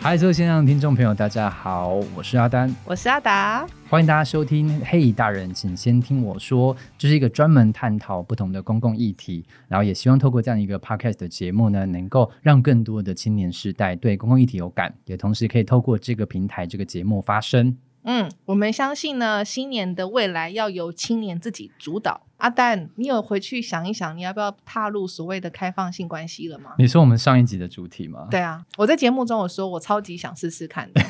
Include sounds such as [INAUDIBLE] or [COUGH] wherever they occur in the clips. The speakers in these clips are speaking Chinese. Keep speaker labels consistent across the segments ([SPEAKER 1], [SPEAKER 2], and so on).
[SPEAKER 1] 嗨，所有线上的听众朋友，大家好，我是阿丹，
[SPEAKER 2] 我是阿达，
[SPEAKER 1] 欢迎大家收听《嘿，大人，请先听我说》，这是一个专门探讨不同的公共议题，然后也希望透过这样一个 podcast 的节目呢，能够让更多的青年世代对公共议题有感，也同时可以透过这个平台、这个节目发声。
[SPEAKER 2] 嗯，我们相信呢，新年的未来要由青年自己主导。阿蛋，你有回去想一想，你要不要踏入所谓的开放性关系了吗？
[SPEAKER 1] 你说我们上一集的主题吗？
[SPEAKER 2] 对啊，我在节目中我说我超级想试试看
[SPEAKER 1] [LAUGHS]
[SPEAKER 2] 的。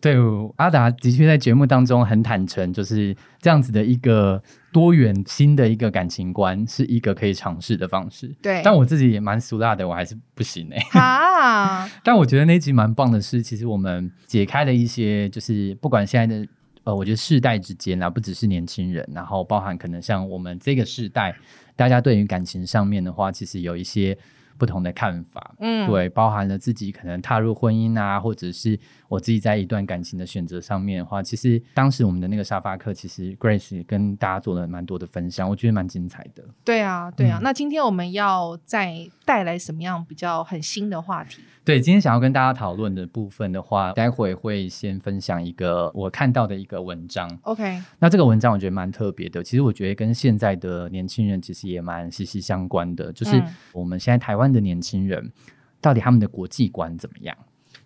[SPEAKER 1] 对，阿达的确在节目当中很坦诚，就是这样子的一个多元新的一个感情观，是一个可以尝试的方式。
[SPEAKER 2] 对，
[SPEAKER 1] 但我自己也蛮俗辣的，我还是不行哎、 [LAUGHS]
[SPEAKER 2] 哈，
[SPEAKER 1] 但我觉得那一集蛮棒的是，其实我们解开了一些，就是不管现在的呃，我觉得世代之间啦，不只是年轻人，然后包含可能像我们这个世代，大家对于感情上面的话，其实有一些不同的看法。
[SPEAKER 2] 嗯，
[SPEAKER 1] 对，包含了自己可能踏入婚姻啊，或者是我自己在一段感情的选择上面的话，其实当时我们的那个沙发课，其实 Grace 也跟大家做了蛮多的分享，我觉得蛮精彩的。
[SPEAKER 2] 对啊，对啊。
[SPEAKER 1] 嗯
[SPEAKER 2] 那今天我们要再带来什么样比较很新的话题？
[SPEAKER 1] 对，今天想要跟大家讨论的部分的话，待会会先分享一个我看到的一个文章。
[SPEAKER 2] OK，
[SPEAKER 1] 那这个文章我觉得蛮特别的，其实我觉得跟现在的年轻人其实也蛮息息相关的，就是
[SPEAKER 2] 嗯
[SPEAKER 1] 我们现在台湾的年轻人到底他们的国际观怎么样？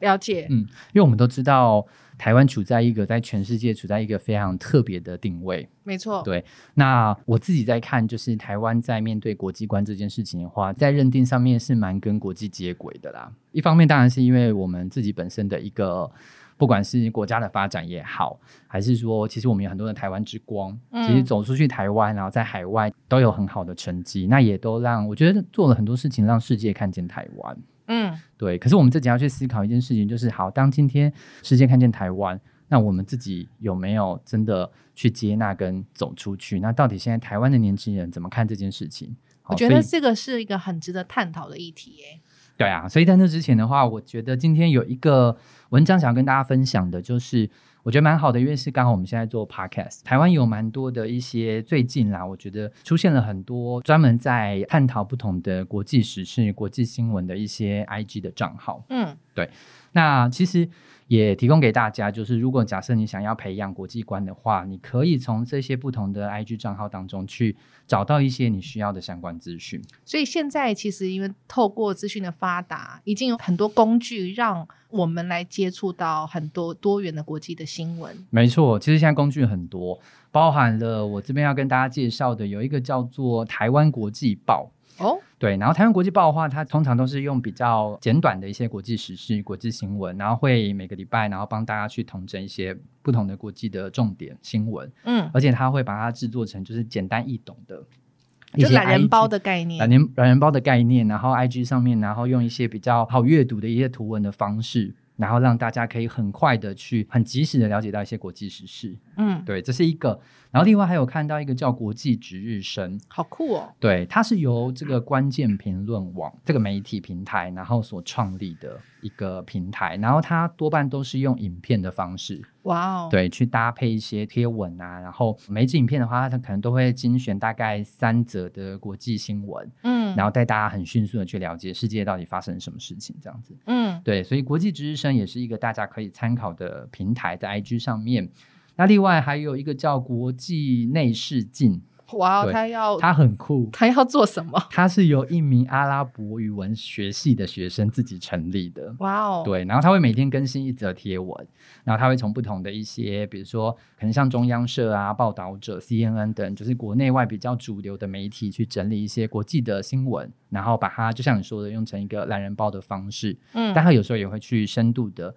[SPEAKER 2] 了解。
[SPEAKER 1] 嗯，因为我们都知道台湾处在一个在全世界处在一个非常特别的定位，
[SPEAKER 2] 没错，
[SPEAKER 1] 对，那我自己在看，就是台湾在面对国际观这件事情的话，在认定上面是蛮跟国际接轨的啦。一方面当然是因为我们自己本身的一个，不管是国家的发展也好，还是说其实我们有很多的台湾之光，其实
[SPEAKER 2] 嗯
[SPEAKER 1] 走出去台湾，然后在海外都有很好的成绩，那也都让我觉得做了很多事情让世界看见台湾。
[SPEAKER 2] 嗯，
[SPEAKER 1] 对，可是我们自己要去思考一件事情，就是好，当今天世界看见台湾，那我们自己有没有真的去接纳跟走出去？那到底现在台湾的年轻人怎么看这件事情？好
[SPEAKER 2] 我觉
[SPEAKER 1] 所
[SPEAKER 2] 得
[SPEAKER 1] 以
[SPEAKER 2] 这个是一个很值得探讨的议题耶。
[SPEAKER 1] 对啊，所以在那之前的话，我觉得今天有一个文章想要跟大家分享的，就是我觉得蛮好的，因为是刚好我们现在做 podcast，台湾有蛮多的一些最近啦，我觉得出现了很多专门在探讨不同的国际时事、国际新闻的一些 IG 的账号。
[SPEAKER 2] 嗯，
[SPEAKER 1] 那其实也提供给大家，就是如果假设你想要培养国际观的话，你可以从这些不同的 IG 账号当中去找到一些你需要的相关资讯。
[SPEAKER 2] 所以现在其实因为透过资讯的发达，已经有很多工具让我们来接触到很多多元的国际的新闻。
[SPEAKER 1] 没错，其实现在工具很多，包含了我这边要跟大家介绍的有一个叫做《台湾国际报》。
[SPEAKER 2] 哦，
[SPEAKER 1] 对，然后台湾国际报的话，它通常都是用比较简短的一些国际时事、国际新闻，然后会每个礼拜，然后帮大家去统整一些不同的国际的重点新闻。
[SPEAKER 2] 嗯，
[SPEAKER 1] 而且它会把它制作成就是简单易懂的，一
[SPEAKER 2] 就
[SPEAKER 1] 些
[SPEAKER 2] 懒人
[SPEAKER 1] IG
[SPEAKER 2] 包的概
[SPEAKER 1] 懒
[SPEAKER 2] 念。
[SPEAKER 1] 人懒人包的概念，然后 IG 上面，然后用一些比较好阅读的一些图文的方式。然后让大家可以很快的去、很及时的了解到一些国际时事，
[SPEAKER 2] 嗯，
[SPEAKER 1] 对，这是一个。然后另外还有看到一个叫国际值日生，
[SPEAKER 2] 好酷哦。
[SPEAKER 1] 对，它是由这个关键评论网这个媒体平台，然后所创立的一个平台。然后它多半都是用影片的方式，
[SPEAKER 2] 哇哦，，
[SPEAKER 1] 对，去搭配一些贴文啊，然后每一支影片的话，它可能都会精选大概三则的国际新闻，
[SPEAKER 2] 嗯，
[SPEAKER 1] 然后带大家很迅速的去了解世界到底发生什么事情，这样子。
[SPEAKER 2] 嗯，
[SPEAKER 1] 对，所以国际值日生也是一个大家可以参考的平台，在 IG 上面。那另外还有一个叫国际内视镜，
[SPEAKER 2] 哇哦，
[SPEAKER 1] 对
[SPEAKER 2] 他要
[SPEAKER 1] 它很酷，
[SPEAKER 2] 他要做什么？
[SPEAKER 1] 它是由一名阿拉伯语文学系的学生自己成立的。
[SPEAKER 2] 哇哦，，
[SPEAKER 1] 对，然后他会每天更新一则贴文，然后他会从不同的一些，比如说可能像中央社啊、报道者、CNN 等，就是国内外比较主流的媒体去整理一些国际的新闻，然后把它就像你说的，用成一个懒人包的方式，
[SPEAKER 2] 嗯
[SPEAKER 1] 但他有时候也会去深度的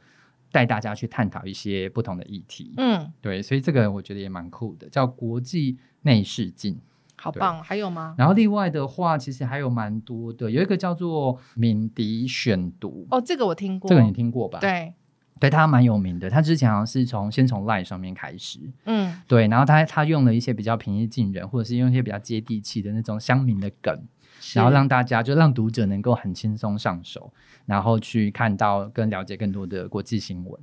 [SPEAKER 1] 带大家去探讨一些不同的议题。
[SPEAKER 2] 嗯，
[SPEAKER 1] 对，所以这个我觉得也蛮酷的，叫国际内视镜。
[SPEAKER 2] 好
[SPEAKER 1] 对
[SPEAKER 2] 棒。还有吗？
[SPEAKER 1] 然后另外的话，其实还有蛮多的，有一个叫做敏迪选读。
[SPEAKER 2] 哦，这个我听过，
[SPEAKER 1] 这个你听过吧？
[SPEAKER 2] 对，
[SPEAKER 1] 对他蛮有名的，他之前好像是从先从 Line 上面开始，
[SPEAKER 2] 嗯，
[SPEAKER 1] 对，然后他他用了一些比较平易近人，或者是用一些比较接地气的那种乡民的梗，
[SPEAKER 2] 是
[SPEAKER 1] 然后让大家就让读者能够很轻松上手，然后去看到跟了解更多的国际新闻。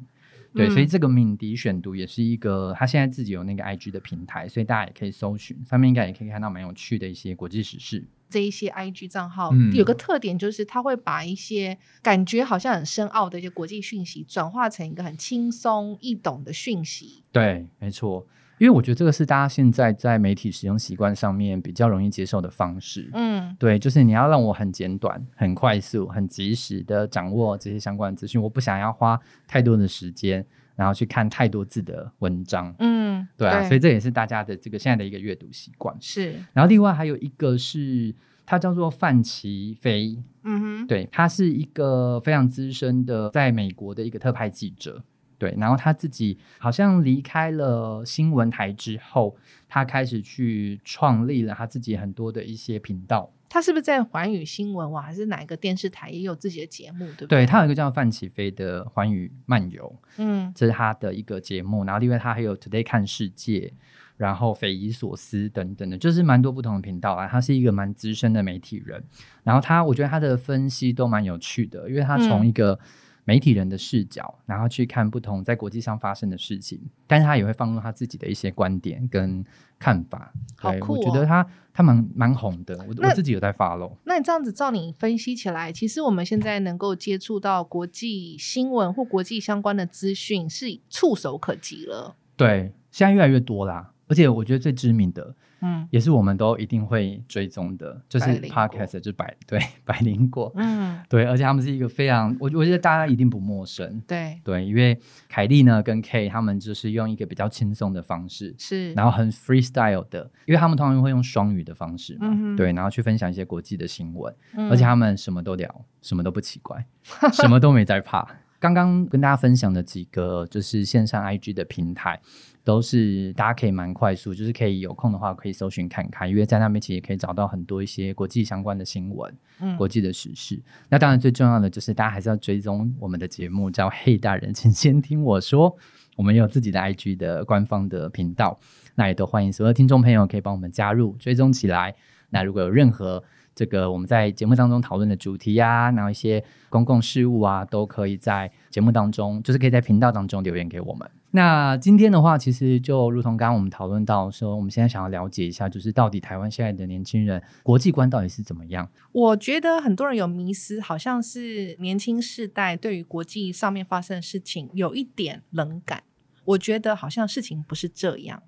[SPEAKER 1] 对，
[SPEAKER 2] 嗯
[SPEAKER 1] 所以这个敏迪选读也是一个，他现在自己有那个 IG 的平台，所以大家也可以搜寻，上面应该也可以看到蛮有趣的一些国际时事。
[SPEAKER 2] 这一些 IG 账号、
[SPEAKER 1] 嗯
[SPEAKER 2] 有个特点，就是它会把一些感觉好像很深奥的一些国际讯息，转化成一个很轻松易懂的讯息。
[SPEAKER 1] 对，没错，因为我觉得这个是大家现在在媒体使用习惯上面比较容易接受的方式。
[SPEAKER 2] 嗯，
[SPEAKER 1] 对，就是你要让我很简短、很快速、很及时的掌握这些相关资讯，我不想要花太多的时间，然后去看太多字的文章。
[SPEAKER 2] 嗯，
[SPEAKER 1] 对啊，所以这也是大家的这个现在的一个阅读习惯。
[SPEAKER 2] 是，
[SPEAKER 1] 然后另外还有一个是，它叫做范奇飞，
[SPEAKER 2] 嗯哼，
[SPEAKER 1] 对，他是一个非常资深的在美国的一个特派记者。对，然后他自己好像离开了新闻台之后，他开始去创立了他自己很多的一些频道。
[SPEAKER 2] 他是不是在环宇新闻网还是哪一个电视台也有自己的节目，对不对？
[SPEAKER 1] 对他有一个叫范起飞的《环宇漫游》，
[SPEAKER 2] 嗯，
[SPEAKER 1] 这是他的一个节目。然后另外他还有 Today 看世界，然后匪夷所思等等的，就是蛮多不同的频道啊。他是一个蛮资深的媒体人，然后他我觉得他的分析都蛮有趣的，因为他从
[SPEAKER 2] 嗯
[SPEAKER 1] 一个媒体人的视角，然后去看不同在国际上发生的事情，但是他也会放入他自己的一些观点跟看法。
[SPEAKER 2] 好
[SPEAKER 1] 对
[SPEAKER 2] 酷
[SPEAKER 1] 我觉
[SPEAKER 2] 哦
[SPEAKER 1] 得他他蛮蛮红的，我
[SPEAKER 2] 那
[SPEAKER 1] 我自己有在 follow。
[SPEAKER 2] 那你这样子照你分析起来，其实我们现在能够接触到国际新闻或国际相关的资讯是触手可及了。
[SPEAKER 1] 对，现在越来越多啦，而且我觉得最知名的。
[SPEAKER 2] 嗯
[SPEAKER 1] 也是我们都一定会追踪的，就是
[SPEAKER 2] 百灵果
[SPEAKER 1] podcast 就是百对 [LAUGHS] 百灵果，
[SPEAKER 2] 嗯，
[SPEAKER 1] 对，而且他们是一个非常，我我觉得大家一定不陌生，
[SPEAKER 2] 对，
[SPEAKER 1] 对，因为凯莉呢跟 K 他们就是用一个比较轻松的方式，
[SPEAKER 2] 是，
[SPEAKER 1] 然后很 freestyle 的，因为他们通常会用双语的方式嘛，
[SPEAKER 2] 嗯哼
[SPEAKER 1] 对，然后去分享一些国际的新闻，
[SPEAKER 2] 嗯
[SPEAKER 1] 而且他们什么都聊，什么都不奇怪， [LAUGHS] 什么都没在怕。刚刚跟大家分享的几个就是线上 IG 的平台，都是大家可以蛮快速，就是可以有空的话可以搜寻看看，因为在那边其实可以找到很多一些国际相关的新闻、
[SPEAKER 2] 嗯
[SPEAKER 1] 国际的时事。那当然最重要的就是大家还是要追踪我们的节目，叫《嘿大人，请先听我说》，我们也有自己的 IG 的官方的频道。那也都欢迎所有听众朋友可以帮我们加入追踪起来。那如果有任何这个我们在节目当中讨论的主题呀、然后一些公共事务啊，都可以在节目当中，就是可以在频道当中留言给我们。那今天的话，其实就如同刚刚我们讨论到说，我们现在想要了解一下，就是到底台湾现在的年轻人国际观到底是怎么样？
[SPEAKER 2] 我觉得很多人有迷失，好像是年轻世代对于国际上面发生的事情有一点冷感。我觉得好像事情不是这样，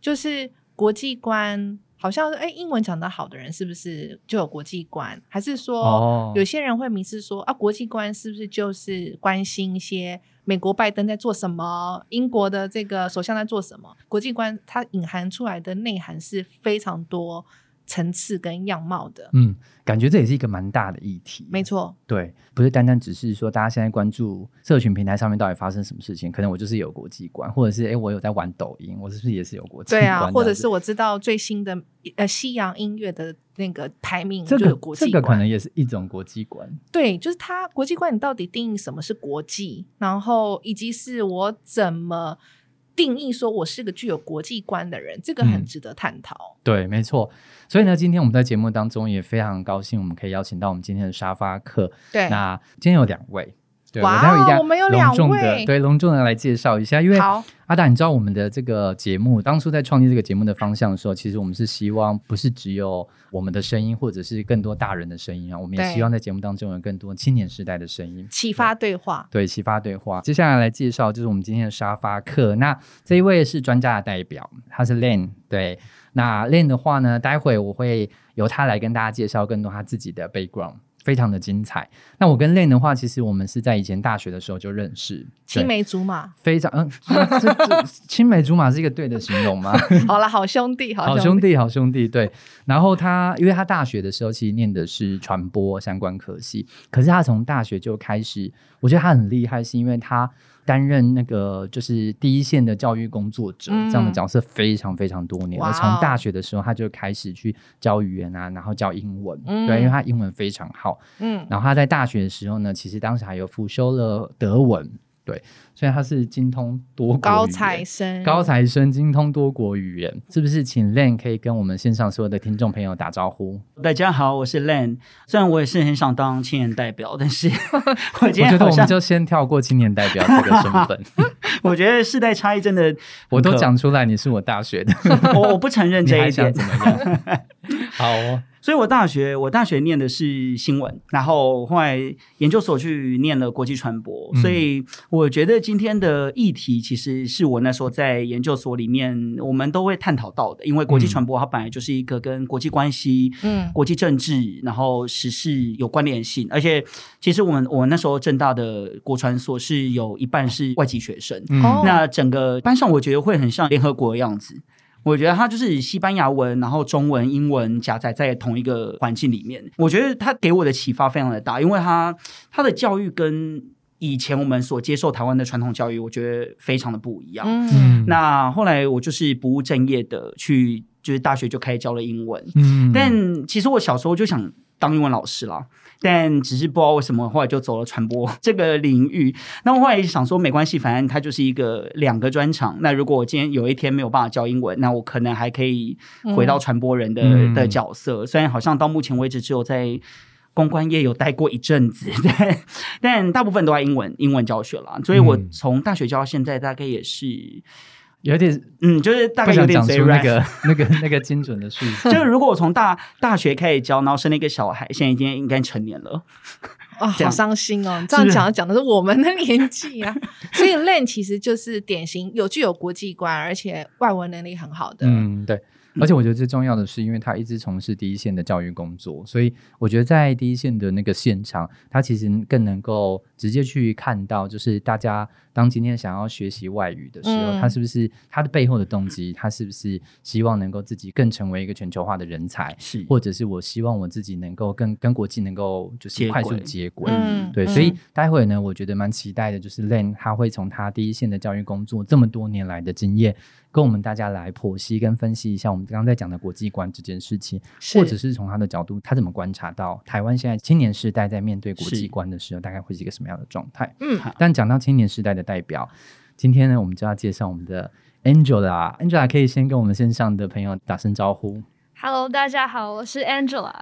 [SPEAKER 2] 就是国际观好像哎，英文讲得好的人是不是就有国际观？还是说、
[SPEAKER 1] 哦
[SPEAKER 2] 有些人会迷失说啊，国际观是不是就是关心一些美国拜登在做什么，英国的这个首相在做什么？国际观它隐含出来的内涵是非常多层次跟样貌的。
[SPEAKER 1] 嗯，感觉这也是一个蛮大的议题。
[SPEAKER 2] 没错，
[SPEAKER 1] 对，不是单单只是说大家现在关注社群平台上面到底发生什么事情，可能我就是有国际观，或者是诶我有在玩抖音，我是不是也是有国际观
[SPEAKER 2] 对
[SPEAKER 1] 这样子？
[SPEAKER 2] 啊，或者是我知道最新的呃西洋音乐的那个排名，
[SPEAKER 1] 这
[SPEAKER 2] 就是
[SPEAKER 1] 个
[SPEAKER 2] 国
[SPEAKER 1] 这
[SPEAKER 2] 际
[SPEAKER 1] 个可
[SPEAKER 2] 观。
[SPEAKER 1] 能也是一种国际观。
[SPEAKER 2] 对，就是它国际观，你到底定义什么是国际，然后以及是我怎么定义说我是个具有国际观的人，这个很
[SPEAKER 1] 嗯
[SPEAKER 2] 值得探讨。
[SPEAKER 1] 对，没错。所以呢，今天我们在节目当中也非常高兴，我们可以邀请到我们今天的沙发客。
[SPEAKER 2] 对，
[SPEAKER 1] 那今天有两位，对，
[SPEAKER 2] 哇哦
[SPEAKER 1] 我待会一定要
[SPEAKER 2] 我们有两
[SPEAKER 1] 隆重的，
[SPEAKER 2] 位
[SPEAKER 1] 对，隆重的来介绍一下，因为
[SPEAKER 2] 好，
[SPEAKER 1] 阿达，你知道我们的这个节目当初在创立这个节目的方向的时候，其实我们是希望不是只有我们的声音，或者是更多大人的声音啊，我们也
[SPEAKER 2] 对
[SPEAKER 1] 希望在节目当中有更多青年时代的声音。
[SPEAKER 2] 启发对话。
[SPEAKER 1] 对，启发对话。接下来来介绍就是我们今天的沙发客。那这一位是专家的代表，他是 Len。对，那 Len 的话呢，待会我会由他来跟大家介绍更多他自己的 background，非常的精彩。那我跟 Len 的话，其实我们是在以前大学的时候就认识，对
[SPEAKER 2] 青梅
[SPEAKER 1] [LAUGHS]
[SPEAKER 2] 竹马，
[SPEAKER 1] 非常嗯，这这这 [LAUGHS] 青梅竹马是一个对的形容吗？
[SPEAKER 2] 好 [LAUGHS] 了，好兄弟，
[SPEAKER 1] 好
[SPEAKER 2] 兄
[SPEAKER 1] 兄，弟，好兄弟，对。然后他，因为他大学的时候其实念的是传播相关科系，可是他从大学就开始，我觉得他很厉害，是因为他担任那个就是第一线的教育工作者、
[SPEAKER 2] 嗯
[SPEAKER 1] 这样的角色非常非常多年。
[SPEAKER 2] 哇哦
[SPEAKER 1] 而从大学的时候他就开始去教语言啊，然后教英文，
[SPEAKER 2] 嗯
[SPEAKER 1] 对，因为他英文非常好。
[SPEAKER 2] 嗯，
[SPEAKER 1] 然后他在大学的时候呢，其实当时还有辅修了德文，对，所以他是精通多国
[SPEAKER 2] 高
[SPEAKER 1] 语言
[SPEAKER 2] 材生，
[SPEAKER 1] 高，材生精通多国语言，是不是？请 Len 可以跟我们线上所有的听众朋友打招呼。
[SPEAKER 3] 大家好，我是 Len。虽然我也是很想当青年代表，但
[SPEAKER 1] [LAUGHS]
[SPEAKER 3] 是我
[SPEAKER 1] 我
[SPEAKER 3] 今
[SPEAKER 1] 觉
[SPEAKER 3] 天
[SPEAKER 1] 得
[SPEAKER 3] 好
[SPEAKER 1] 我们
[SPEAKER 3] 像，
[SPEAKER 1] 就先跳过青年代表这个身
[SPEAKER 3] [LAUGHS]
[SPEAKER 1] 份，
[SPEAKER 3] 我觉得世代差异
[SPEAKER 1] [LAUGHS]
[SPEAKER 3] 真的，
[SPEAKER 1] 我
[SPEAKER 3] [LAUGHS]
[SPEAKER 1] 都讲出来，你是我大学的，
[SPEAKER 3] 我我不承认
[SPEAKER 1] 你
[SPEAKER 3] 这
[SPEAKER 1] 还
[SPEAKER 3] 一
[SPEAKER 1] 想
[SPEAKER 3] 点 [LAUGHS]
[SPEAKER 1] 怎。么样？好哦，
[SPEAKER 3] 所以我大学我大学念的是新闻，然后后来研究所去念了国际传播，
[SPEAKER 1] 嗯
[SPEAKER 3] 所以我觉得今天的议题其实是我那时候在研究所里面我们都会探讨到的，因为国际
[SPEAKER 1] 嗯
[SPEAKER 3] 传播它本来就是一个跟国际关系、
[SPEAKER 2] 嗯
[SPEAKER 3] 国际政治，然后时事有关联性，而且其实我们我们那时候正大的国传所是有一半是外籍学生，
[SPEAKER 1] 嗯
[SPEAKER 2] 哦
[SPEAKER 3] 那整个班上我觉得会很像联合国的样子。我觉得它就是以西班牙文，然后中文、英文夹杂在同一个环境里面。我觉得它给我的启发非常的大，因为它它的教育跟以前我们所接受台湾的传统教育，我觉得非常的不一样。
[SPEAKER 2] 嗯
[SPEAKER 3] 那后来我就是不务正业的去，就是大学就开始教了英文。
[SPEAKER 1] 嗯
[SPEAKER 3] 但其实我小时候就想当英文老师啦，但只是不知道为什么后来就走了传播 [LAUGHS] 这个领域。那我后来想说没关系，反正它就是一个两个专长。那如果我今天有一天没有办法教英文，那我可能还可以回到传播人的、
[SPEAKER 1] 嗯
[SPEAKER 3] 的角色。虽然好像到目前为止只有在。公关业有待过一阵子， [LAUGHS] 但但大部分都在英文英文教学啦，所以我
[SPEAKER 1] 嗯
[SPEAKER 3] 从大学教到现在大概也是，
[SPEAKER 1] 有点
[SPEAKER 3] 嗯，就是大
[SPEAKER 1] 不
[SPEAKER 3] 概有
[SPEAKER 1] 想
[SPEAKER 3] 点
[SPEAKER 1] 讲
[SPEAKER 3] 嘴
[SPEAKER 1] 出那
[SPEAKER 3] 软
[SPEAKER 1] 个 [LAUGHS] 那个那个精准的数 [LAUGHS] 字，
[SPEAKER 3] 就是如果我从大大学开始教，然后生了一个小孩，现在已经应该成年了。
[SPEAKER 2] 啊，
[SPEAKER 3] 这
[SPEAKER 2] 好
[SPEAKER 3] 样
[SPEAKER 2] 伤心哦！你这
[SPEAKER 3] 是
[SPEAKER 2] 样
[SPEAKER 3] 不是
[SPEAKER 2] 讲讲的是我们的年纪啊， [LAUGHS] 所以 Len 其实就是典型有具有国际观，而且外文能力很好的。
[SPEAKER 1] 嗯，对。而且我觉得最重要的是，因为他一直从事第一线的教育工作，所以我觉得在第一线的那个现场，他其实更能够直接去看到，就是大家当今天想要学习外语的时候，
[SPEAKER 2] 嗯
[SPEAKER 1] 他是不是他的背后的动机，他是不是希望能够自己更成为一个全球化的人才，
[SPEAKER 3] 是
[SPEAKER 1] 或者是我希望我自己能够跟跟国际能够就是
[SPEAKER 3] 接
[SPEAKER 1] 快速
[SPEAKER 3] 轨
[SPEAKER 1] 接轨。
[SPEAKER 2] 嗯，
[SPEAKER 1] 对，所以
[SPEAKER 2] 嗯
[SPEAKER 1] 待会呢，我觉得蛮期待的，就是 Len 他会从他第一线的教育工作这么多年来的经验，跟我们大家来剖析跟分析一下我们刚刚在讲的国际观这件事情，
[SPEAKER 2] 是
[SPEAKER 1] 或者是从他的角度，他怎么观察到台湾现在青年世代在面对国际
[SPEAKER 3] 是
[SPEAKER 1] 观的时候，大概会是一个什么样的状态？
[SPEAKER 2] 嗯，
[SPEAKER 1] 但讲到青年世代的代表，今天呢，我们就要介绍我们的 Angela。Angela 可以先跟我们线上的朋友打声招呼。
[SPEAKER 4] Hello，大家好，我是 Angela。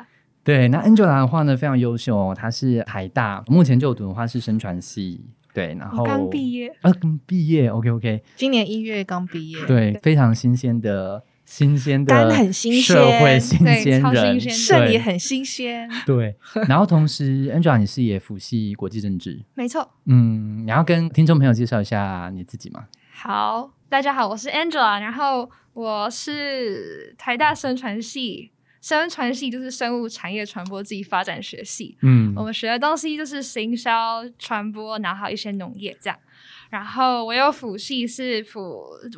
[SPEAKER 1] 对，那 Angela 的话呢，非常优秀哦，她是台大，目前就读的话是生传系，对，然后
[SPEAKER 4] 我刚毕业，
[SPEAKER 1] 啊，刚毕业，OK OK，
[SPEAKER 2] 今年一月刚毕业，
[SPEAKER 1] 对，非常新鲜的，新鲜的，
[SPEAKER 2] 肝很新鲜
[SPEAKER 1] 社会新
[SPEAKER 4] 对
[SPEAKER 1] 鲜
[SPEAKER 4] 超新
[SPEAKER 1] 人，
[SPEAKER 4] 鲜的
[SPEAKER 2] 肾也很新鲜。
[SPEAKER 1] 对。然后同时，Angela 你是也辅系国际政治，
[SPEAKER 4] 没错。
[SPEAKER 1] 嗯，然后跟听众朋友介绍一下你自己嘛。
[SPEAKER 4] 好，大家好，我是 Angela，然后我是台大生传系，生传系就是生物产业传播自己发展学系，
[SPEAKER 1] 嗯
[SPEAKER 4] 我们学的东西就是行销、传播，然后还有一些农业这样。然后我有辅系是辅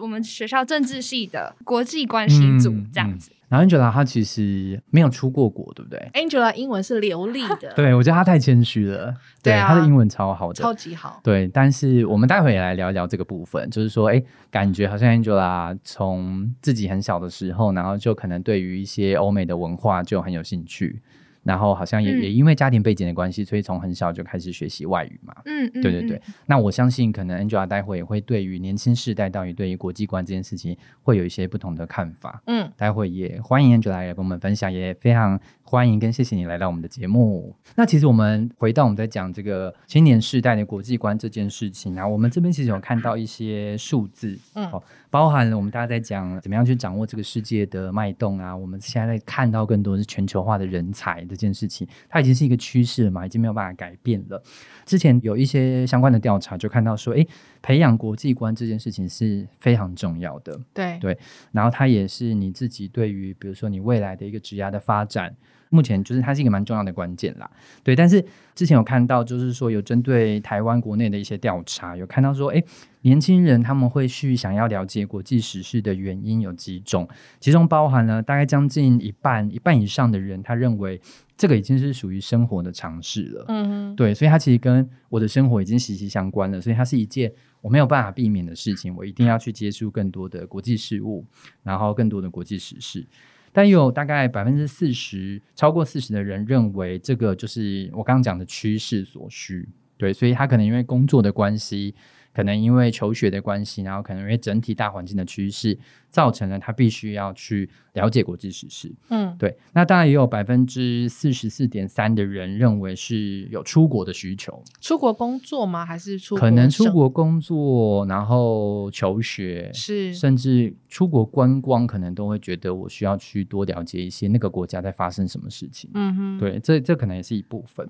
[SPEAKER 4] 我们学校政治系的国际关系组
[SPEAKER 1] 嗯
[SPEAKER 4] 这样子。
[SPEAKER 1] 然后 Angela 她其实没有出过国，对不对？
[SPEAKER 2] Angela 英文是流利的，
[SPEAKER 1] 对，我觉得她太谦虚了，
[SPEAKER 2] 对啊
[SPEAKER 1] 她的英文超好的，
[SPEAKER 2] 超级好。
[SPEAKER 1] 对，但是我们待会也来聊一聊这个部分，就是说，哎，感觉好像 Angela 从自己很小的时候，然后就可能对于一些欧美的文化就很有兴趣，然后好像也、
[SPEAKER 4] 嗯
[SPEAKER 1] 也因为家庭背景的关系，所以从很小就开始学习外语嘛。
[SPEAKER 4] 嗯嗯，
[SPEAKER 1] 对对对
[SPEAKER 4] 嗯，，
[SPEAKER 1] 那我相信可能 Angela 待会也会对于年轻世代到底对于国际观这件事情会有一些不同的看法。
[SPEAKER 2] 嗯，
[SPEAKER 1] 待会也欢迎 Angela 来跟我们分享，也非常欢迎跟谢谢你来到我们的节目。那其实我们回到我们在讲这个青年世代的国际观这件事情啊，我们这边其实有看到一些数字，
[SPEAKER 2] 嗯
[SPEAKER 1] 哦，包含了我们大家在讲怎么样去掌握这个世界的脉动啊，我们现在在看到更多是全球化的人才这件事情，它已经是一个趋势了嘛，已经没有办法改变了。之前有一些相关的调查就看到说，诶，培养国际观这件事情是非常重要的。
[SPEAKER 2] 对
[SPEAKER 1] 对然后它也是你自己对于比如说你未来的一个职涯的发展，目前就是它是一个蛮重要的关键啦。对，但是之前有看到就是说有针对台湾国内的一些调查，有看到说，哎，年轻人他们会去想要了解国际时事的原因有几种，其中包含了大概将近一半一半以上的人，他认为这个已经是属于生活的常识了。
[SPEAKER 2] 嗯哼，
[SPEAKER 1] 对，所以它其实跟我的生活已经息息相关了，所以它是一件我没有办法避免的事情，我一定要去接触更多的国际事务，然后更多的国际时事。但有大概百分之四十，超过四十的人认为这个就是我刚刚讲的趋势所需。对，所以他可能因为工作的关系，可能因为求学的关系，然后可能因为整体大环境的趋势，造成了他必须要去了解国际时事。
[SPEAKER 2] 嗯，
[SPEAKER 1] 对，那当然也有百分之四十四点三的人认为是有出国的需求，
[SPEAKER 2] 出国工作吗？还是出
[SPEAKER 1] 可能出
[SPEAKER 2] 生
[SPEAKER 1] 国工作，然后求学，
[SPEAKER 2] 是
[SPEAKER 1] 甚至出国观光，可能都会觉得我需要去多了解一些那个国家在发生什么事情。
[SPEAKER 2] 嗯哼，
[SPEAKER 1] 对，这这可能也是一部分。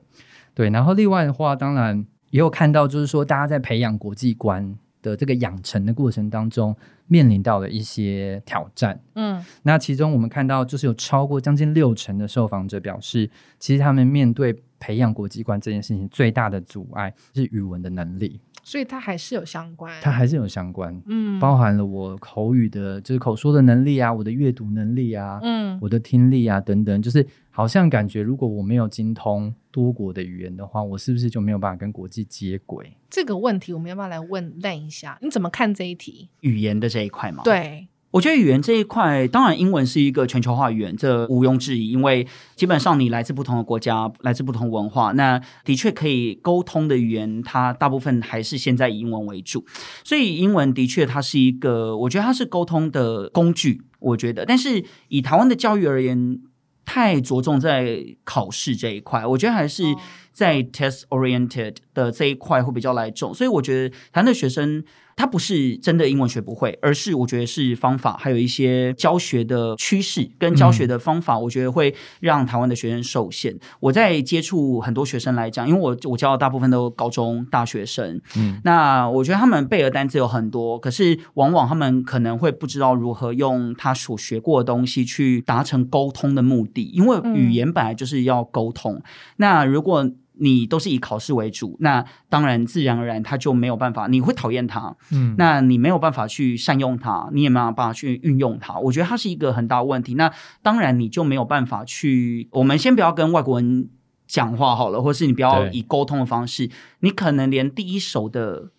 [SPEAKER 1] 对，然后另外的话，当然也有看到，就是说大家在培养国际观的这个养成的过程当中，面临到了一些挑战。
[SPEAKER 2] 嗯
[SPEAKER 1] 那其中我们看到，就是有超过将近六成的受访者表示，其实他们面对培养国际观这件事情最大的阻碍是语文的能力，
[SPEAKER 2] 所以它还是有相关，
[SPEAKER 1] 它还是有相关，
[SPEAKER 2] 嗯
[SPEAKER 1] 包含了我口语的，就是口说的能力啊，我的阅读能力啊，
[SPEAKER 2] 嗯
[SPEAKER 1] 我的听力啊等等，就是好像感觉如果我没有精通多国的语言的话，我是不是就没有办法跟国际接轨？
[SPEAKER 2] 这个问题，我们要不要来问烂一下？你怎么看这一题？
[SPEAKER 3] 语言的这一
[SPEAKER 1] 哦
[SPEAKER 3] 块嘛。，
[SPEAKER 2] 对，
[SPEAKER 3] 我觉得语言这一块，当然英文是一个全球化语言，这毋庸置疑，因为基本上你来自不同的国家，来自不同文化，那的确可以沟通的语言，它大部分还是现在以英文为主。所以英文的确它是一个，我觉得它是沟通的工具，我觉得。但是以台湾的教育而言，太着重在考试这一块，我觉得还是
[SPEAKER 2] 哦
[SPEAKER 3] 在 test oriented 的这一块会比较来重。所以我觉得台湾的学生。他不是真的英文学不会，而是我觉得是方法，还有一些教学的趋势跟教学的方法，我觉得会让台湾的学生受限。我在接触很多学生来讲，因为我我教的大部分都高中大学生，
[SPEAKER 1] 嗯，
[SPEAKER 3] 那我觉得他们背的单词有很多，可是往往他们可能会不知道如何用他所学过的东西去达成沟通的目的，因为语言本来就是要沟通。那如果你都是以考试为主，那当然自然而然他就没有办法，你会讨厌他，
[SPEAKER 1] 嗯
[SPEAKER 3] 那你没有办法去善用它，你也没有办法去运用它。我觉得它是一个很大的问题。那当然，你就没有办法去。我们先不要跟外国人讲话好了，或是你不要
[SPEAKER 1] 对
[SPEAKER 3] 以沟通的方式，你可能连第一手的。